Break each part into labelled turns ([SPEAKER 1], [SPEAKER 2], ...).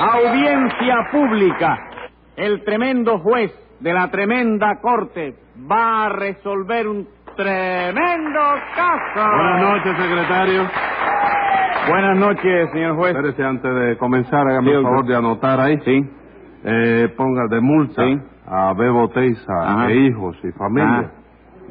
[SPEAKER 1] Audiencia pública. El tremendo juez de la tremenda corte va a resolver un tremendo caso.
[SPEAKER 2] Buenas noches, secretario.
[SPEAKER 1] Buenas noches, señor juez.
[SPEAKER 2] Espérese, antes de comenzar, hágame
[SPEAKER 1] Sí,
[SPEAKER 2] el
[SPEAKER 1] doctor.
[SPEAKER 2] favor de anotar ahí.
[SPEAKER 1] Sí.
[SPEAKER 2] Eh, ponga de multa
[SPEAKER 1] Sí.
[SPEAKER 2] a Bebo Teiza,
[SPEAKER 1] Ajá.
[SPEAKER 2] e hijos y familia.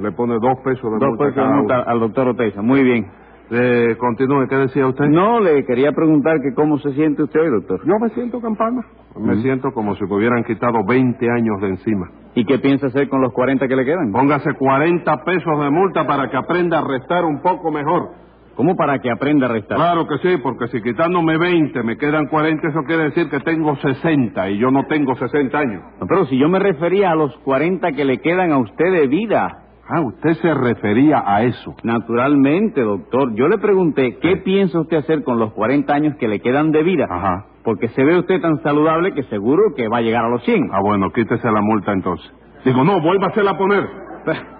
[SPEAKER 2] Le pone dos pesos de
[SPEAKER 1] Dos
[SPEAKER 2] multa.
[SPEAKER 1] pesos de
[SPEAKER 2] cada
[SPEAKER 1] multa al doctor Oteiza. Muy bien.
[SPEAKER 2] uno. Eh, continúe, ¿qué decía usted?
[SPEAKER 1] No, le quería preguntar que cómo se siente usted hoy, doctor. Mm.
[SPEAKER 2] Yo me siento campana. Me siento como si me hubieran quitado 20 años de encima.
[SPEAKER 1] ¿Y qué piensa hacer con los 40 que le quedan?
[SPEAKER 2] Póngase 40 pesos de multa para que aprenda a restar un poco mejor.
[SPEAKER 1] ¿Cómo para que aprenda a restar?
[SPEAKER 2] Claro que sí, porque si quitándome 20 me quedan 40, eso quiere decir que tengo 60 y yo no tengo 60 años.
[SPEAKER 1] No, pero si yo me refería a los 40 que le quedan a usted de vida.
[SPEAKER 2] Ah, usted se refería a eso.
[SPEAKER 1] Naturalmente, doctor. Yo le pregunté, ¿qué
[SPEAKER 2] Sí. Ah.
[SPEAKER 1] piensa usted hacer con los 40 años que le quedan de vida?
[SPEAKER 2] Ajá.
[SPEAKER 1] Porque se ve usted tan saludable que seguro que va a llegar a los 100.
[SPEAKER 2] Ah, bueno, quítese la multa entonces. Digo, no, vuélvasela a poner.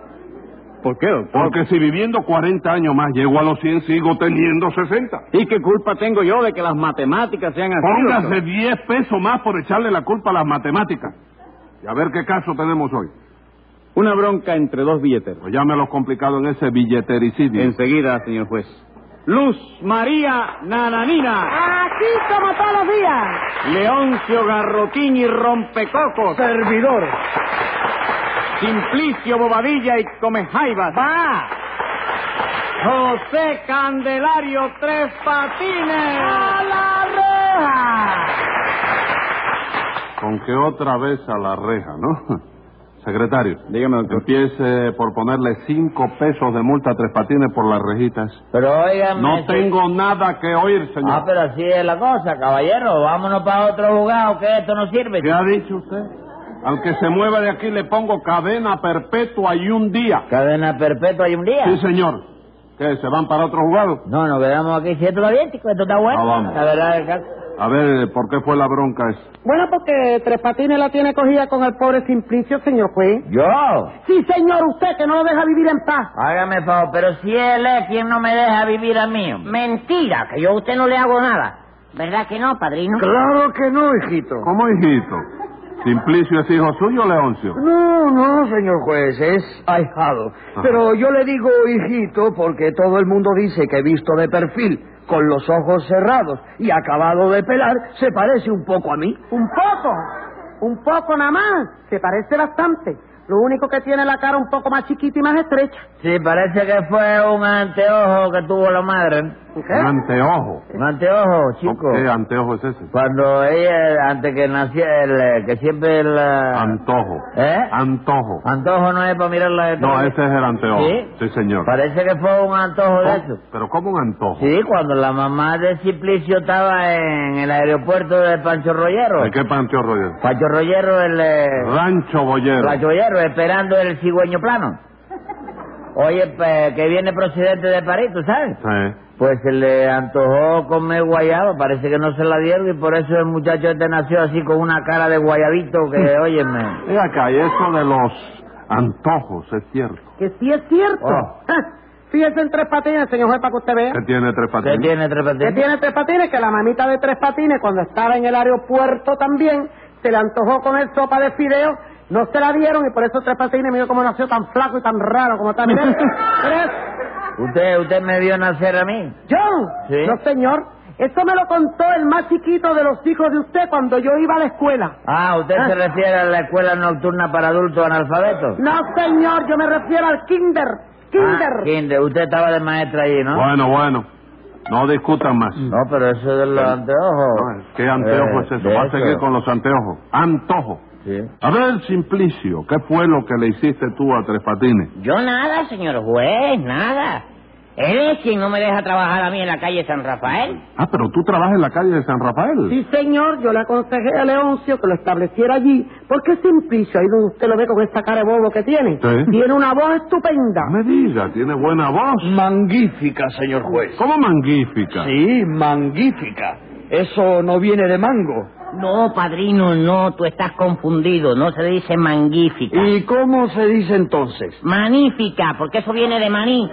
[SPEAKER 1] ¿Por qué, doctor?
[SPEAKER 2] Ah. Porque si viviendo 40 años más llego a los 100, sigo teniendo 60.
[SPEAKER 1] ¿Y qué culpa tengo yo de que las matemáticas sean así?
[SPEAKER 2] Póngase
[SPEAKER 1] doctor?
[SPEAKER 2] 10 pesos más por echarle la culpa a las matemáticas. Y a ver qué caso tenemos hoy.
[SPEAKER 1] Una bronca entre dos billeteros.
[SPEAKER 2] Pues ya me lo complicado en ese billetericidio.
[SPEAKER 1] Enseguida, señor juez. Luz María Nananina,
[SPEAKER 3] Aquí como todos los días.
[SPEAKER 1] Leoncio Garrotín y Rompecocos,
[SPEAKER 3] Servidor.
[SPEAKER 1] Simplicio Bobadilla y Comejaibas.
[SPEAKER 3] Va.
[SPEAKER 1] José Candelario Tres
[SPEAKER 3] A
[SPEAKER 1] Patines.
[SPEAKER 3] la reja.
[SPEAKER 2] Con que otra vez a la reja, ¿no? Secretario,
[SPEAKER 1] Dígame, doctor.
[SPEAKER 2] empiece por ponerle 5 pesos de multa a Tres Patines por las rejitas.
[SPEAKER 4] Pero óigame...
[SPEAKER 2] No
[SPEAKER 4] si-
[SPEAKER 2] tengo nada que oír, señor.
[SPEAKER 4] Ah, pero así es la cosa, caballero. Vámonos para otro jugado, que esto no sirve.
[SPEAKER 2] ¿Qué ha dicho usted? Al que se mueva de aquí le pongo cadena perpetua y un día.
[SPEAKER 4] Cadena perpetua y un día.
[SPEAKER 2] Sí, señor. ¿Qué? ¿Se van para otro jugado?
[SPEAKER 4] No, nos quedamos aquí. Si esto está bien, chico, esto está bueno.
[SPEAKER 2] Ah, vamos.
[SPEAKER 4] La verdad del caso.
[SPEAKER 2] A ver, ¿por qué fue la bronca esa?
[SPEAKER 3] Bueno, porque Tres Patines la tiene cogida con el pobre Simplicio, señor juez.
[SPEAKER 4] ¿Yo?
[SPEAKER 3] Sí, señor, usted que no lo deja vivir en paz.
[SPEAKER 4] Hágame favor, pero si él es quien no me deja vivir a mí. hombre.
[SPEAKER 5] Mentira, que yo a usted no le hago nada. ¿Verdad que no, padrino?
[SPEAKER 3] Claro que no, hijito.
[SPEAKER 2] ¿Cómo, hijito? ¿Simplicio es hijo suyo, Leoncio?
[SPEAKER 3] No, no, señor juez, es ahijado. Pero yo le digo hijito porque todo el mundo dice que visto de perfil, con los ojos cerrados y acabado de pelar, se parece un poco a mí.
[SPEAKER 6] Un poco, un poco nada más. Se parece bastante. Lo único que tiene la cara un poco más chiquita y más estrecha.
[SPEAKER 4] Sí, parece que fue un anteojo que tuvo la madre.
[SPEAKER 2] Un Ah, anteojo.
[SPEAKER 4] Un anteojo, ¿eh? chico.
[SPEAKER 2] ¿Qué anteojo es ese?
[SPEAKER 4] Cuando ella, antes que naciera, el- eh, que siempre la...
[SPEAKER 2] Antojo.
[SPEAKER 4] ¿Eh?
[SPEAKER 2] Antojo.
[SPEAKER 4] Antojo no es para mirar la de
[SPEAKER 2] No, Oh.
[SPEAKER 4] todo.
[SPEAKER 2] ese es el anteojo.
[SPEAKER 4] ¿Sí?
[SPEAKER 2] señor.
[SPEAKER 4] Parece que fue un antojo de eso.
[SPEAKER 2] ¿Pero cómo un antojo?
[SPEAKER 4] Sí, cuando la mamá de Simplicio estaba en el aeropuerto de Pancho Rollero.
[SPEAKER 2] ¿De qué panteón, Roger?
[SPEAKER 4] Pancho Rollero, el... eh,
[SPEAKER 2] Rancho Boyero.
[SPEAKER 4] Pancho Rollero, esperando el cigüeño plano. Oye, pe- que viene procedente de París, ¿tú sabes?
[SPEAKER 2] Sí.
[SPEAKER 4] Pues se le antojó comer guayaba, parece que no se la dieron y por eso el muchacho este nació así con una cara de guayabito que, óyeme...
[SPEAKER 2] Mira acá, y eso de los antojos es cierto.
[SPEAKER 6] Que sí es cierto. Ah,
[SPEAKER 4] Oh.
[SPEAKER 6] Fíjese en tres patines, señor juez, para que usted vea.
[SPEAKER 2] ¿Qué tiene tres
[SPEAKER 4] ¿Eh? ¿Qué
[SPEAKER 2] patines?
[SPEAKER 4] tiene tres
[SPEAKER 6] ¿Qué
[SPEAKER 4] patines?
[SPEAKER 6] tiene tres patines? Que la mamita de tres patines, cuando estaba en el aeropuerto también, se le antojó comer sopa de fideo. No se la dieron y por eso tres patines, mira cómo nació tan flaco y tan raro como está. Mira, mira eso.
[SPEAKER 4] ¿Usted, ¿Usted me vio nacer a mí?
[SPEAKER 6] Yo,
[SPEAKER 4] Sí.
[SPEAKER 6] no señor, eso me lo contó el más chiquito de los hijos de usted cuando yo iba a la escuela.
[SPEAKER 4] Ah, ¿usted se refiere a la escuela nocturna para adultos analfabetos?
[SPEAKER 6] No señor, yo me refiero al kinder,
[SPEAKER 4] Ah,
[SPEAKER 6] kinder.
[SPEAKER 4] kinder. Usted estaba de maestra allí, ¿no?
[SPEAKER 2] Bueno, bueno. No discutan más.
[SPEAKER 4] No, pero eso de los anteojos.
[SPEAKER 2] No, ¿Qué anteojo
[SPEAKER 4] Eh,
[SPEAKER 2] es eso?
[SPEAKER 4] de
[SPEAKER 2] Va a
[SPEAKER 4] eso.
[SPEAKER 2] seguir con los anteojos. Antojo.
[SPEAKER 4] Sí.
[SPEAKER 2] A ver, Simplicio, ¿qué fue lo que le hiciste tú a Tres Patines?
[SPEAKER 5] Yo nada, señor juez, nada. Él es quien no me deja trabajar a mí en la calle San Rafael.
[SPEAKER 2] Ah, pero tú trabajas en la calle de San Rafael.
[SPEAKER 6] Sí, señor, yo le aconsejé a Leoncio que lo estableciera allí, porque Simplicio, ahí donde usted lo ve con esta cara de bobo que tiene,
[SPEAKER 2] Sí.
[SPEAKER 6] tiene una voz
[SPEAKER 2] No
[SPEAKER 6] estupenda.
[SPEAKER 2] Ah, me diga, tiene buena voz.
[SPEAKER 3] Magnífica, señor juez.
[SPEAKER 2] ¿Cómo manguífica?
[SPEAKER 3] Sí, magnífica. Eso no viene de mango.
[SPEAKER 5] No, padrino, no, tú estás confundido. No se dice magnífica.
[SPEAKER 3] ¿Y cómo se dice entonces?
[SPEAKER 5] Mm. Magnífica, porque eso viene de maní.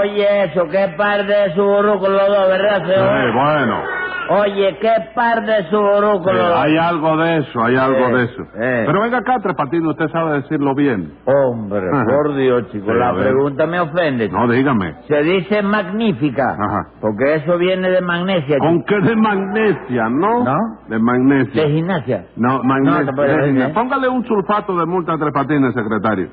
[SPEAKER 4] Oye, eso, qué par de suburrucos los dos, ¿verdad,
[SPEAKER 2] Sí,
[SPEAKER 4] señor?
[SPEAKER 2] Eh, bueno.
[SPEAKER 4] Oye, qué par de suburucos.
[SPEAKER 2] Eh, hay algo de eso, hay algo
[SPEAKER 4] Eh,
[SPEAKER 2] de eso.
[SPEAKER 4] eh.
[SPEAKER 2] Pero venga acá, Tres Patines, usted sabe decirlo bien.
[SPEAKER 4] Hombre,
[SPEAKER 2] Ajá.
[SPEAKER 4] por Dios, chico,
[SPEAKER 2] Sí, a
[SPEAKER 4] la
[SPEAKER 2] ver.
[SPEAKER 4] pregunta me ofende.
[SPEAKER 2] No, dígame.
[SPEAKER 4] Se dice magnífica,
[SPEAKER 2] Ajá.
[SPEAKER 4] porque eso viene de magnesia,
[SPEAKER 2] ¿Con qué de magnesia, no?
[SPEAKER 4] ¿No?
[SPEAKER 2] De
[SPEAKER 4] chico,
[SPEAKER 2] magnesia.
[SPEAKER 4] de gimnasia.
[SPEAKER 2] No,
[SPEAKER 4] No,
[SPEAKER 2] magnesia.
[SPEAKER 4] te puedo decir, ¿eh?
[SPEAKER 2] Póngale un sulfato de multa a Tres Patines, secretario.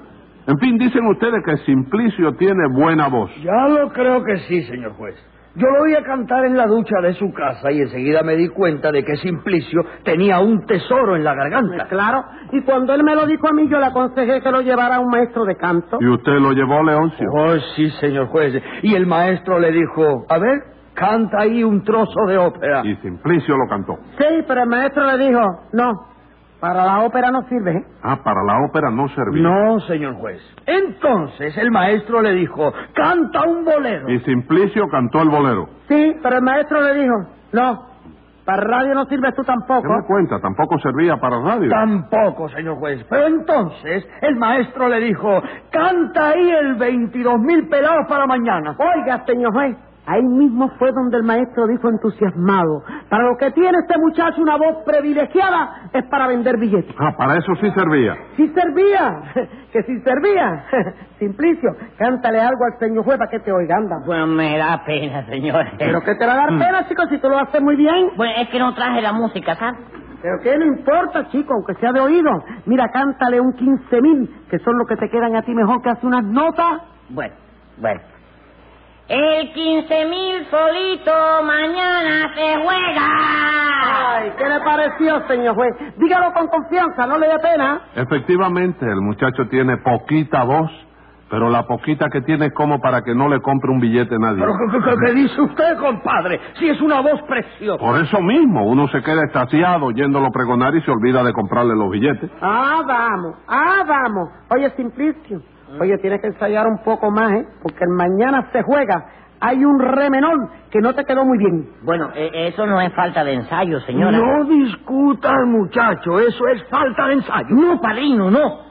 [SPEAKER 2] En fin, dicen ustedes que Simplicio tiene buena voz.
[SPEAKER 3] Ya lo creo que sí, señor juez. Yo lo oí a cantar en la ducha de su casa y enseguida me di cuenta de que Simplicio tenía un tesoro en la garganta.
[SPEAKER 6] Pues Claro, y cuando él me lo dijo a mí, yo le aconsejé que lo llevara a un maestro de canto.
[SPEAKER 2] ¿Y usted lo llevó, Leoncio?
[SPEAKER 3] Oh, sí, señor juez. Y el maestro le dijo, a ver, canta ahí un trozo de ópera.
[SPEAKER 2] Y Simplicio lo cantó.
[SPEAKER 6] Sí, pero el maestro le dijo, no, para la ópera no sirve. ¿eh?
[SPEAKER 2] Ah, para la ópera no servía.
[SPEAKER 3] No, señor juez. Entonces el maestro le dijo, canta un bolero.
[SPEAKER 2] Y Simplicio cantó el bolero.
[SPEAKER 6] Sí, pero el maestro le dijo, no, para radio no sirves tú
[SPEAKER 2] ¿Qué
[SPEAKER 6] tampoco.
[SPEAKER 2] me cuenta? Tampoco servía para radio.
[SPEAKER 3] Tampoco, señor juez. Pero entonces el maestro le dijo, canta ahí el 22 mil pelados para mañana.
[SPEAKER 6] Oiga, señor juez, ahí mismo fue donde el maestro dijo entusiasmado, para lo que tiene este muchacho una voz privilegiada es para vender billetes.
[SPEAKER 2] Ah, para eso sí servía.
[SPEAKER 6] Si servía, que si servía. Simplicio, cántale algo al señor juez para que te oiga, anda.
[SPEAKER 5] Pues me da pena, señor.
[SPEAKER 6] Pero que te va a dar
[SPEAKER 3] Mm.
[SPEAKER 6] pena, chico, si tú lo haces muy bien.
[SPEAKER 5] Bueno, es que no traje la música, ¿sabes?
[SPEAKER 6] Pero que no importa, chico, aunque sea de oído. Mira, cántale un 15 mil, que son los que te quedan a ti mejor que hace unas notas.
[SPEAKER 5] Bueno, bueno. El 15.000 mil solito mañana se juega.
[SPEAKER 6] Ay, ¿qué le pareció, señor juez? Dígalo con confianza, no le dé pena.
[SPEAKER 2] Efectivamente, el muchacho tiene poquita voz, pero la poquita que tiene es como para que no le compre un billete a nadie.
[SPEAKER 3] Pero, ¿qué- qué- ¿qué dice usted, compadre? Si es una voz preciosa.
[SPEAKER 2] Por eso mismo, uno se queda extasiado oyéndolo pregonar y se olvida de comprarle los billetes.
[SPEAKER 6] Ah, vamos, ah, vamos. Oye, Simplicio, oye, tienes que ensayar un poco más, ¿eh? Porque el mañana se juega. Hay un re menor que no te quedó muy bien.
[SPEAKER 5] Bueno, eh, eso no es falta de ensayo, señora.
[SPEAKER 3] No discutan, muchacho, eso es falta de ensayo.
[SPEAKER 5] No, padrino, no.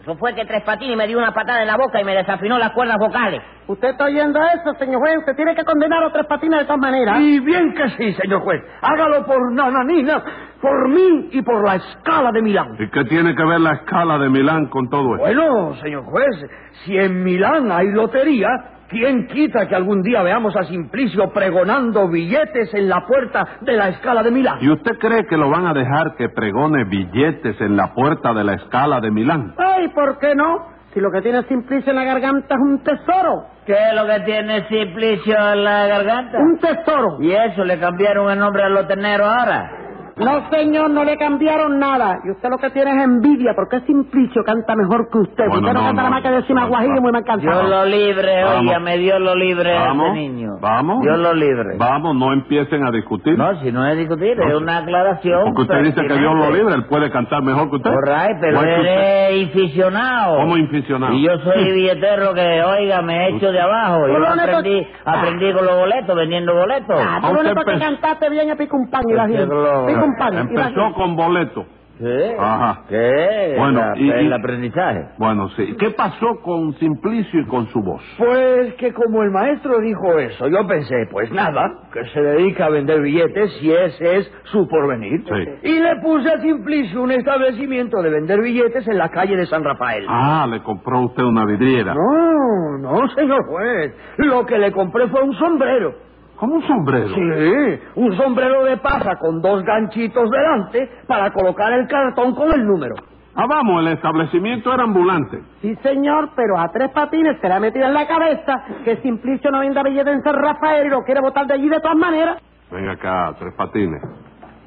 [SPEAKER 5] Eso fue que Tres Patines me dio una patada en la boca y me desafinó las cuerdas vocales.
[SPEAKER 6] ¿Usted está oyendo eso, señor juez? Usted tiene que condenar a tres patines de todas maneras.
[SPEAKER 3] Y bien que sí, señor juez. Hágalo por Nananina, por mí y por la escala de Milán.
[SPEAKER 2] ¿Y qué tiene que ver la escala de Milán con todo esto?
[SPEAKER 3] Bueno, señor juez, si en Milán hay lotería, ¿quién quita que algún día veamos a Simplicio pregonando billetes en la puerta de la escala de Milán?
[SPEAKER 2] ¿Y usted cree que lo van a dejar que pregone billetes en la puerta de la escala de Milán?
[SPEAKER 6] Ay, ¿por qué no? Si lo que tiene Simplicio en la garganta es un tesoro.
[SPEAKER 4] ¿Qué es lo que tiene Simplicio en la garganta?
[SPEAKER 6] Un tesoro.
[SPEAKER 4] ¿Y eso le cambiaron el nombre al lotenero ahora?
[SPEAKER 6] No, señor, no le cambiaron nada. Y usted lo que tiene es envidia, porque Simplicio canta mejor que usted.
[SPEAKER 2] Bueno,
[SPEAKER 6] usted no,
[SPEAKER 2] no,
[SPEAKER 6] canta
[SPEAKER 2] no,
[SPEAKER 6] nada más que
[SPEAKER 2] no,
[SPEAKER 6] decir
[SPEAKER 2] no,
[SPEAKER 6] aguajillo
[SPEAKER 2] no.
[SPEAKER 6] y muy mal
[SPEAKER 4] Yo
[SPEAKER 6] cantado.
[SPEAKER 4] lo libre,
[SPEAKER 2] Vamos.
[SPEAKER 4] oiga, me dio lo libre a
[SPEAKER 2] Vamos,
[SPEAKER 4] este niño.
[SPEAKER 2] vamos.
[SPEAKER 4] Yo lo libre.
[SPEAKER 2] Vamos, no empiecen a discutir.
[SPEAKER 4] No, si no es discutir,
[SPEAKER 2] No,
[SPEAKER 4] es
[SPEAKER 2] sí.
[SPEAKER 4] una aclaración.
[SPEAKER 2] Porque usted dice que Dios lo ¿eh? libre, él puede cantar mejor que usted.
[SPEAKER 4] All right, pero
[SPEAKER 2] Igual que usted.
[SPEAKER 4] eres aficionado.
[SPEAKER 2] ¿Cómo Hmm. aficionado?
[SPEAKER 4] Y yo soy billetero que, oiga, me echo de abajo. Yo
[SPEAKER 6] Pero no te-
[SPEAKER 4] aprendí,
[SPEAKER 3] Ah.
[SPEAKER 4] aprendí con los boletos, vendiendo boletos.
[SPEAKER 6] Ah, tú
[SPEAKER 2] A
[SPEAKER 6] lo
[SPEAKER 2] usted
[SPEAKER 6] único que
[SPEAKER 2] pens-
[SPEAKER 6] cantaste bien es pico un pan y
[SPEAKER 4] Yo
[SPEAKER 6] la gente.
[SPEAKER 4] quiero lo-
[SPEAKER 6] Pico un pan y la
[SPEAKER 2] Empezó con boleto.
[SPEAKER 4] ¿Qué?
[SPEAKER 2] Ajá.
[SPEAKER 4] ¿Qué?
[SPEAKER 2] Bueno,
[SPEAKER 4] La-
[SPEAKER 2] y- y-
[SPEAKER 4] el aprendizaje.
[SPEAKER 2] Bueno, sí. ¿Qué pasó con Simplicio y con su voz?
[SPEAKER 3] Pues que como el maestro dijo eso, yo pensé, pues nada, que se dedica a vender billetes si ese es su porvenir.
[SPEAKER 2] Sí.
[SPEAKER 3] Y le puse a Simplicio un establecimiento de vender billetes en la calle de San Rafael.
[SPEAKER 2] Ah, le compró usted una
[SPEAKER 4] Ah.
[SPEAKER 2] vidriera.
[SPEAKER 3] No, no, señor juez. Lo que le compré fue un sombrero.
[SPEAKER 2] ¿Cómo un sombrero?
[SPEAKER 3] Sí, un sombrero de paja con dos ganchitos delante para colocar el cartón con el número.
[SPEAKER 2] Ah, vamos, el establecimiento era ambulante.
[SPEAKER 6] Sí, señor, pero a tres patines se le ha metido en la cabeza que Simplicio no venda billetes en San Rafael y lo quiere botar de allí de todas maneras.
[SPEAKER 2] Venga acá, Tres Patines.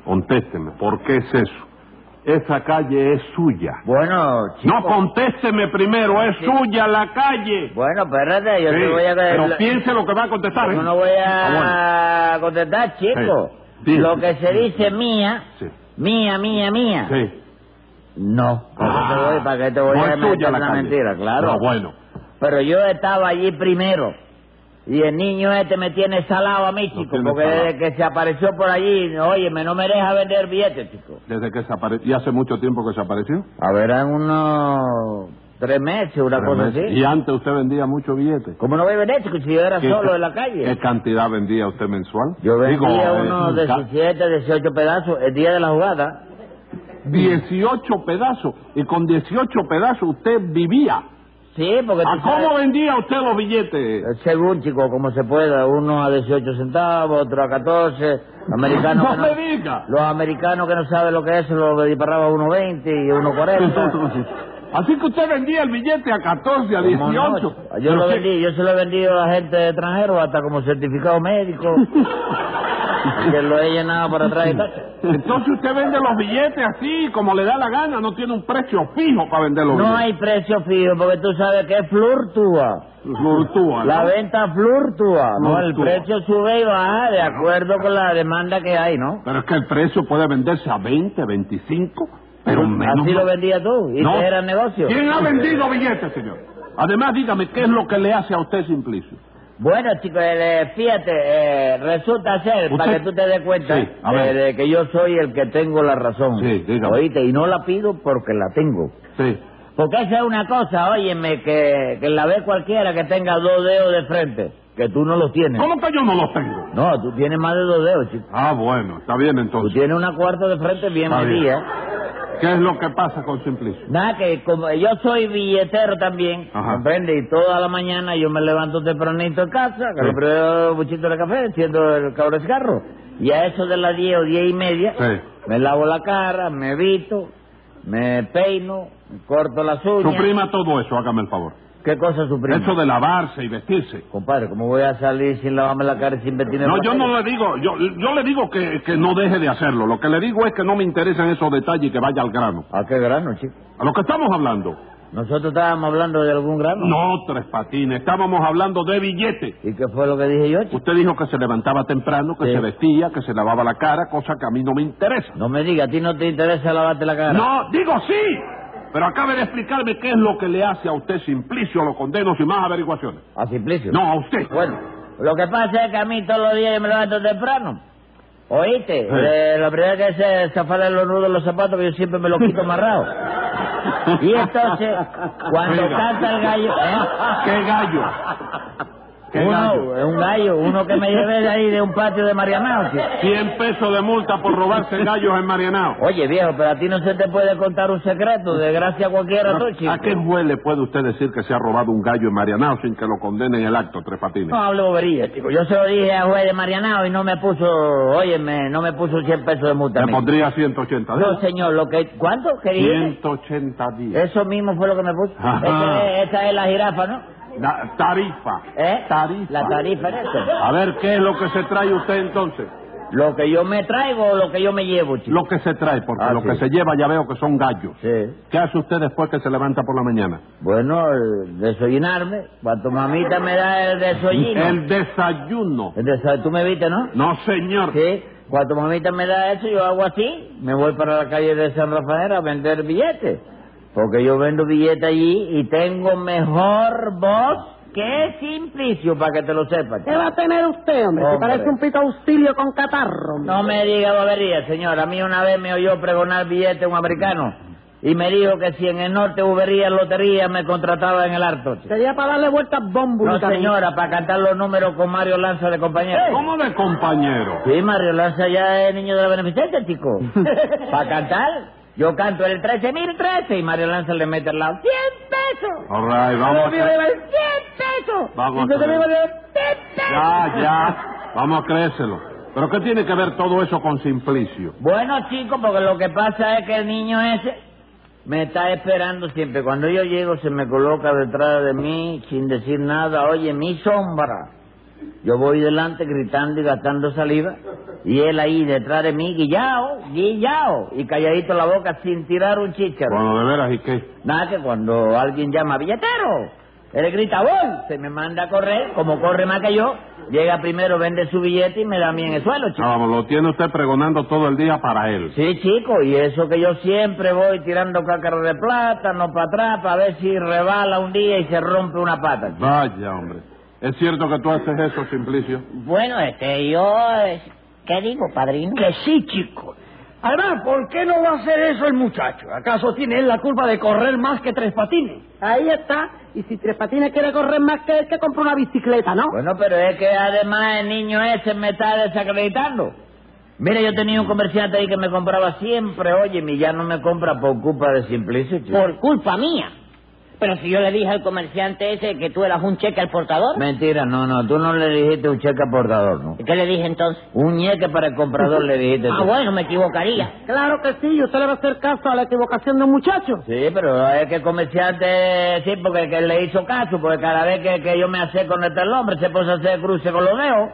[SPEAKER 2] Contésteme, ¿por qué es eso? Esa calle es suya.
[SPEAKER 4] Bueno, chico.
[SPEAKER 2] No, contésteme primero, es suya la calle.
[SPEAKER 4] Bueno, espérate, yo te
[SPEAKER 2] Sí,
[SPEAKER 4] voy a...
[SPEAKER 2] Pero piense lo que va a contestar. ¿eh?
[SPEAKER 4] Yo no voy
[SPEAKER 2] Ah,
[SPEAKER 4] a contestar, chico.
[SPEAKER 2] Sí. Sí.
[SPEAKER 4] Lo que se dice mía,
[SPEAKER 2] bueno.
[SPEAKER 4] mía, mía, mía.
[SPEAKER 2] Sí, sí.
[SPEAKER 4] No. ¿Para qué te voy, para qué te voy
[SPEAKER 2] no
[SPEAKER 4] a
[SPEAKER 2] es suya
[SPEAKER 4] meter
[SPEAKER 2] la
[SPEAKER 4] una
[SPEAKER 2] calle.
[SPEAKER 4] mentira? Claro.
[SPEAKER 2] No, bueno.
[SPEAKER 4] Pero yo estaba allí primero. Y el niño este me tiene salado a mí,
[SPEAKER 2] Lo
[SPEAKER 4] chico,
[SPEAKER 2] tiene
[SPEAKER 4] porque
[SPEAKER 2] salado.
[SPEAKER 4] desde que se apareció por allí, óyeme, no me deja vender billetes, chico.
[SPEAKER 2] Desde que se apareció. ¿Y hace mucho tiempo que se apareció?
[SPEAKER 4] A ver, eran unos Tres meses, una cosa así.
[SPEAKER 2] Y antes usted vendía mucho billete.
[SPEAKER 4] Como no beben hecho, si yo era
[SPEAKER 2] ¿Qué
[SPEAKER 4] solo
[SPEAKER 2] ca-
[SPEAKER 4] en la calle.
[SPEAKER 2] ¿Qué cantidad vendía usted mensual?
[SPEAKER 4] Yo vendía
[SPEAKER 2] Digo,
[SPEAKER 4] unos
[SPEAKER 2] eh, ca-
[SPEAKER 4] 17, 18 pedazos el día de la jugada.
[SPEAKER 2] 18 pedazos. Y con 18 pedazos usted vivía.
[SPEAKER 4] Sí, porque tú
[SPEAKER 2] ¿A
[SPEAKER 4] sabes,
[SPEAKER 2] cómo vendía usted los billetes?
[SPEAKER 4] eh, según, chico, como se pueda, uno a 18 centavos, otro a 14, americanos
[SPEAKER 2] no
[SPEAKER 4] que
[SPEAKER 2] me
[SPEAKER 4] no-
[SPEAKER 2] diga.
[SPEAKER 4] los americanos que no saben lo que es, lo disparaba a 1.20 y 1.40.
[SPEAKER 2] Así que usted vendía el billete a 14, a 18.
[SPEAKER 4] Como no, yo
[SPEAKER 2] Pero
[SPEAKER 4] lo
[SPEAKER 2] qué-
[SPEAKER 4] vendí, yo se lo he vendido a gente extranjero hasta como certificado médico. que lo he llenado para atrás y tal.
[SPEAKER 2] Entonces usted vende los billetes así, como le da la gana, no tiene un precio fijo para vender los
[SPEAKER 4] No
[SPEAKER 2] billetes.
[SPEAKER 4] hay precio fijo porque tú sabes que fluctúa.
[SPEAKER 2] Fluctúa, ¿no?
[SPEAKER 4] La venta fluctúa, ¿no? El
[SPEAKER 2] Fluctúa.
[SPEAKER 4] precio sube y baja de acuerdo con la demanda que hay, ¿no?
[SPEAKER 2] Pero es que el precio puede venderse a 20, 25, pero menos.
[SPEAKER 4] Así lo
[SPEAKER 2] mal.
[SPEAKER 4] vendía tú y
[SPEAKER 2] No.
[SPEAKER 4] te era el negocio.
[SPEAKER 2] ¿Quién ha vendido billetes, señor? Además, dígame, ¿qué es lo que le hace a usted Simplicio?
[SPEAKER 4] Bueno, chicos, eh, eh, fíjate, eh, resulta ser,
[SPEAKER 2] Usted-
[SPEAKER 4] para que tú te des cuenta,
[SPEAKER 2] Sí, a ver.
[SPEAKER 4] eh, de que yo soy el que tengo la razón.
[SPEAKER 2] Sí, dígame.
[SPEAKER 4] Oíste, y no la pido porque la tengo.
[SPEAKER 2] Sí.
[SPEAKER 4] Porque esa es una cosa, óyeme, que, que la ve cualquiera que tenga dos dedos de frente, que tú no los tienes.
[SPEAKER 2] ¿Cómo que yo no los tengo?
[SPEAKER 4] No, tú tienes más de dos dedos, chico.
[SPEAKER 2] Ah, bueno, está bien
[SPEAKER 4] Tú
[SPEAKER 2] entonces.
[SPEAKER 4] tienes una cuarta de frente bien
[SPEAKER 2] Está bien.
[SPEAKER 4] metida.
[SPEAKER 2] ¿Qué es lo que pasa con Simplicio?
[SPEAKER 4] Nada, que como yo soy billetero también,
[SPEAKER 2] Ajá.
[SPEAKER 4] ¿comprende? Y toda la mañana yo me levanto tempranito en casa, que
[SPEAKER 2] Sí.
[SPEAKER 4] lo primero buchito de café, enciendo el cabrón de cigarro. Y a eso de las 10 o 10 y media,
[SPEAKER 2] Sí.
[SPEAKER 4] me lavo la cara, me visto, me peino, me corto las uñas.
[SPEAKER 2] Suprima todo eso, hágame el favor.
[SPEAKER 4] ¿Qué cosa suprime?
[SPEAKER 2] Eso de lavarse y vestirse.
[SPEAKER 4] Compadre, ¿cómo voy a salir sin lavarme la cara y sin vestirme?
[SPEAKER 2] No,
[SPEAKER 4] para
[SPEAKER 2] yo
[SPEAKER 4] la
[SPEAKER 2] no
[SPEAKER 4] calle?
[SPEAKER 2] le digo, yo, yo le digo que, que no deje de hacerlo. Lo que le digo es que no me interesan esos detalles y que vaya al grano.
[SPEAKER 4] ¿A qué grano, chico?
[SPEAKER 2] A lo que estamos hablando.
[SPEAKER 4] Nosotros estábamos hablando de algún grano.
[SPEAKER 2] No, tres patines, estábamos hablando de billetes.
[SPEAKER 4] ¿Y qué fue lo que dije yo, chico?
[SPEAKER 2] Usted dijo que se levantaba temprano, que
[SPEAKER 4] Sí.
[SPEAKER 2] se vestía, que se lavaba la cara, cosa que a mí no me interesa.
[SPEAKER 4] No me digas, ¿a ti no te interesa lavarte la cara?
[SPEAKER 2] Pues- No, digo sí, pero acabe de explicarme qué es lo que le hace a usted Simplicio, lo condeno sin más averiguaciones.
[SPEAKER 4] ¿A Simplicio?
[SPEAKER 2] No, a usted.
[SPEAKER 4] Bueno, lo que pasa es que a mí todos los días yo me levanto temprano. ¿Oíste?
[SPEAKER 2] Sí.
[SPEAKER 4] Eh, la primera que se zafarle los nudos de los zapatos, que yo siempre me los quito amarrados. Y entonces, cuando
[SPEAKER 2] Oiga.
[SPEAKER 4] canta el gallo... ¿eh?
[SPEAKER 2] ¿Qué gallo? ¿Qué gallo?
[SPEAKER 4] Uno, eh, un gallo, uno que me llevé de ahí de un patio de Marianao. chico.
[SPEAKER 2] 100 pesos de multa por robarse gallos en Marianao.
[SPEAKER 4] Oye, viejo, pero a ti no se te puede contar un secreto, de gracia cualquiera, tú, chico.
[SPEAKER 2] ¿A qué juez le puede usted decir que se ha robado un gallo en Marianao sin que lo condenen el acto, Tres Patines?
[SPEAKER 4] No hable bobería, chico. Yo se lo dije a juez de Marianao y no me puso, óyeme, no me puso 100 pesos de multa. a
[SPEAKER 2] Le
[SPEAKER 4] mí.
[SPEAKER 2] pondría ¿eh? 180
[SPEAKER 4] No,
[SPEAKER 2] días.
[SPEAKER 4] señor, lo que... ¿Cuánto quería?
[SPEAKER 2] 180 días.
[SPEAKER 4] Eso mismo fue lo que me puso.
[SPEAKER 2] Ajá.
[SPEAKER 4] Esa es, esa es la jirafa, ¿no?
[SPEAKER 2] Na- tarifa.
[SPEAKER 4] ¿Eh?
[SPEAKER 2] Tarifa.
[SPEAKER 4] La tarifa era esa.
[SPEAKER 2] A ver, ¿qué es lo que se trae usted entonces?
[SPEAKER 4] Lo que yo me traigo o lo que yo me llevo, chico.
[SPEAKER 2] Lo que se trae, porque
[SPEAKER 4] Ah,
[SPEAKER 2] lo
[SPEAKER 4] sí.
[SPEAKER 2] que se lleva ya veo que son gallos.
[SPEAKER 4] Sí.
[SPEAKER 2] ¿Qué hace usted después que se levanta por la mañana?
[SPEAKER 4] Bueno, el desayunarme. Cuando mamita me da el desayuno.
[SPEAKER 2] El desayuno.
[SPEAKER 4] El desa- Tú me viste, ¿no?
[SPEAKER 2] No, señor.
[SPEAKER 4] Sí. Cuando mamita me da eso, yo hago así. Me voy para la calle de San Rafael a vender billetes. Porque yo vendo billetes allí y tengo mejor voz que Simplicio, para que te lo sepas.
[SPEAKER 6] ¿Qué va a tener usted, hombre? Que
[SPEAKER 4] Hombre.
[SPEAKER 6] parece un pito auxilio con catarro. hombre.
[SPEAKER 4] No me diga bobería, señor. A mí una vez me oyó pregonar billete un americano y me dijo que si en el norte hubiera lotería me contrataba en el harto.
[SPEAKER 6] Sería para darle vueltas bombo.
[SPEAKER 4] No, señora, para cantar los números con Mario Lanza de compañero.
[SPEAKER 2] ¿Cómo de compañero?
[SPEAKER 4] Sí, Mario Lanza ya es niño de la beneficencia, chico. para cantar, yo canto el 13.013 y Mario Lanza le mete al lado 100 pesos.
[SPEAKER 2] All right, vamos a...
[SPEAKER 4] Yo le digo, 100 pesos.
[SPEAKER 2] Vamos a
[SPEAKER 4] Y yo le digo,
[SPEAKER 2] hacer-
[SPEAKER 4] 100 pesos.
[SPEAKER 2] Ya, ya. Vamos a creérselo. ¿Pero qué tiene que ver todo eso con Simplicio?
[SPEAKER 4] Bueno, chicos, porque lo que pasa es que el niño ese me está esperando siempre. Cuando yo llego, se me coloca detrás de mí sin decir nada. Oye, mi sombra. Yo voy delante gritando y gastando saliva. Y él ahí detrás de mí, guillao, guillao. Y calladito la boca sin tirar un chícharo.
[SPEAKER 2] Bueno, de veras, ¿y qué?
[SPEAKER 4] Nada que cuando alguien llama billetero, él grita voy, se me manda a correr, como corre más que yo, llega primero, vende su billete y me da a mí en el suelo, chico.
[SPEAKER 2] No, vamos, lo tiene usted pregonando todo el día para él.
[SPEAKER 4] Sí, chico, y eso que yo siempre voy tirando cácaras de plátano para atrás para ver si rebala un día y se rompe una pata. chico.
[SPEAKER 2] Vaya, hombre. ¿Es cierto que tú haces eso, Simplicio?
[SPEAKER 5] Bueno, este, yo... eh, ¿Qué eh, digo, padrino?
[SPEAKER 6] Que sí, chico.
[SPEAKER 3] Además, ¿por qué no va a hacer eso el muchacho? ¿Acaso tiene él la culpa de correr más que tres patines?
[SPEAKER 6] Ahí está. Y si Tres Patines quiere correr más que él, que compre una bicicleta, ¿no?
[SPEAKER 4] Bueno, pero es que además el niño ese me está desacreditando. Mira, yo tenía un comerciante ahí que me compraba siempre, oye, y ya no me compra por culpa de Simplicity.
[SPEAKER 5] Por culpa mía. Pero si yo le dije al comerciante ese que tú eras un cheque al portador,
[SPEAKER 4] Mentira, no, no, tú no le dijiste un cheque aportador, ¿no?
[SPEAKER 5] ¿qué le dije entonces?
[SPEAKER 4] Un ñeque para el comprador le dijiste.
[SPEAKER 5] Ah,
[SPEAKER 4] tú.
[SPEAKER 5] bueno, me equivocaría.
[SPEAKER 6] Claro que sí, y usted le va a hacer caso a la equivocación de un muchacho.
[SPEAKER 4] Sí, pero es que el comerciante, sí, porque que le hizo caso, porque cada vez que, que yo me acerco con este hombre se puso a hacer cruce con los dedos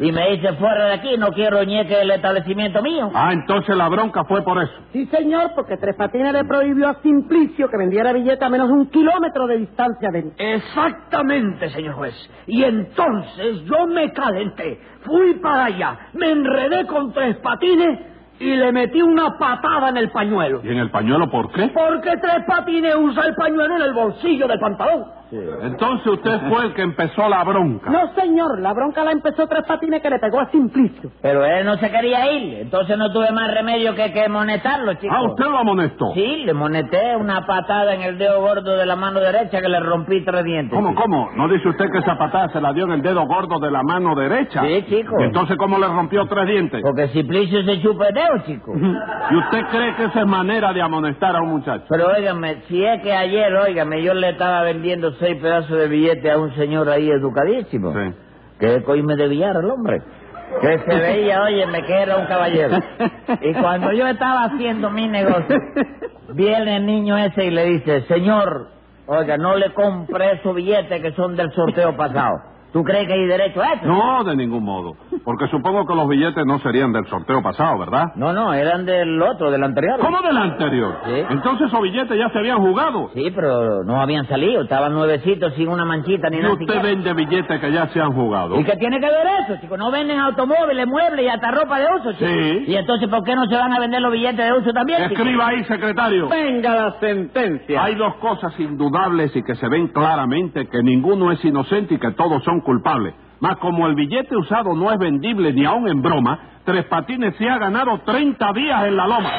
[SPEAKER 4] y me dice fuera de aquí, no quiero ñeque el establecimiento mío.
[SPEAKER 2] Ah, entonces la bronca fue por eso.
[SPEAKER 6] Sí, señor, porque Tres Patines le prohibió a Simplicio que vendiera billetes a menos de un kilómetro de distancia de él.
[SPEAKER 3] Exactamente, señor juez. Y entonces yo me calenté, fui para allá, me enredé con tres patines y le metí una patada en el pañuelo.
[SPEAKER 2] ¿Y en el pañuelo por qué?
[SPEAKER 3] Porque tres patines usa el pañuelo en el bolsillo del pantalón.
[SPEAKER 2] Entonces usted fue el que empezó la bronca.
[SPEAKER 6] No, señor, la bronca la empezó Tres Patines que le pegó a Simplicio.
[SPEAKER 4] Pero él no se quería ir, entonces no tuve más remedio que, que monetarlo, chico.
[SPEAKER 2] Ah, usted lo amonestó.
[SPEAKER 4] Sí, le moneté una patada en el dedo gordo de la mano derecha que le rompí tres dientes.
[SPEAKER 2] ¿Cómo,
[SPEAKER 4] chico.
[SPEAKER 2] cómo? ¿No dice usted que esa patada se la dio en el dedo gordo de la mano derecha?
[SPEAKER 4] Sí, chico.
[SPEAKER 2] ¿Y entonces cómo le rompió tres dientes?
[SPEAKER 4] Porque Simplicio se chupa el dedo, chico.
[SPEAKER 2] ¿Y usted cree que esa es manera de amonestar a un muchacho?
[SPEAKER 4] Pero óigame, si es que ayer, óigame, yo le estaba vendiendo seis pedazos de billete a un señor ahí educadísimo.
[SPEAKER 2] Sí.
[SPEAKER 4] Que es coime de billar el hombre. Que se veía, óyeme, que era un caballero. Y cuando yo estaba haciendo mi negocio, viene el niño ese y le dice, señor, oiga, no le compre esos billetes que son del sorteo pasado. ¿Tú crees que hay derecho a eso?
[SPEAKER 2] No, de ningún modo. Porque supongo que los billetes no serían del sorteo pasado, ¿verdad?
[SPEAKER 4] No, no, eran del otro, del anterior.
[SPEAKER 2] ¿Cómo del anterior?
[SPEAKER 4] Sí.
[SPEAKER 2] Entonces esos billetes ya se habían jugado.
[SPEAKER 4] Sí, pero no habían salido, estaban nuevecitos sin una manchita ni
[SPEAKER 2] Y
[SPEAKER 4] nada.
[SPEAKER 2] usted
[SPEAKER 4] siquiera.
[SPEAKER 2] vende billetes que ya se han jugado.
[SPEAKER 4] ¿Y qué tiene que ver eso, chicos? No venden automóviles, muebles y hasta ropa de uso, chicos.
[SPEAKER 2] Sí.
[SPEAKER 4] ¿Y entonces por qué no se van a vender los billetes de uso también, chicos?
[SPEAKER 2] Escriba ahí, secretario.
[SPEAKER 1] Venga la sentencia.
[SPEAKER 2] Hay dos cosas indudables y que se ven claramente que ninguno es inocente y que todos son culpables. Más como el billete usado no es vendible ni aun en broma, Tres Patines se ha ganado 30 días en la loma.